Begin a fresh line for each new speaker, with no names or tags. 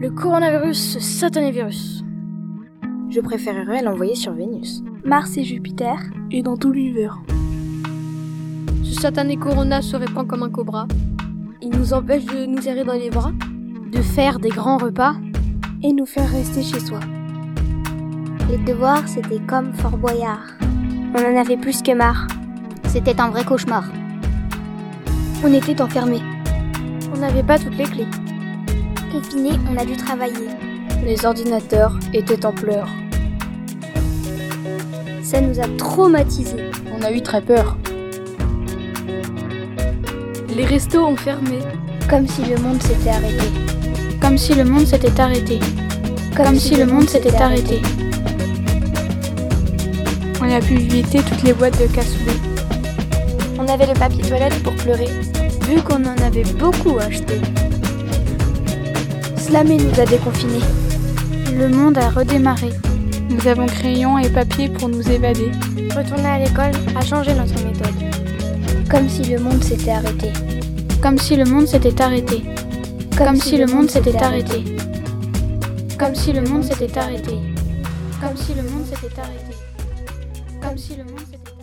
Le coronavirus, ce satané virus.
Je préférerais l'envoyer sur Vénus.
Mars et Jupiter, et dans tout l'univers.
Ce satané corona se répand comme un cobra. Il nous empêche de nous serrer dans les bras, de faire des grands repas.
Et nous faire rester chez soi.
Les devoirs, c'était comme Fort Boyard.
On en avait plus que marre.
C'était un vrai cauchemar.
On était enfermés.
On n'avait pas toutes les clés.
Confinés, on a dû travailler.
Les ordinateurs étaient en pleurs.
Ça nous a traumatisés.
On a eu très peur.
Les restos ont fermé.
Comme si le monde s'était arrêté.
Comme si le monde s'était arrêté.
Comme, Comme si, si, le monde, monde s'était arrêté. arrêté.
On a pu éviter toutes les boîtes de cassoulet.
On avait le papier toilette pour pleurer,
vu qu'on en avait beaucoup acheté.
Slamé nous a déconfinés.
Le monde a redémarré. Nous avons crayon et papier pour nous évader.
Retourner à l'école a changé notre méthode.
Comme si le monde s'était arrêté.
Comme si le monde s'était arrêté. Comme, si, le monde s'était arrêté. Comme si le monde s'était arrêté. Comme si le monde s'était arrêté comme si le monde s'était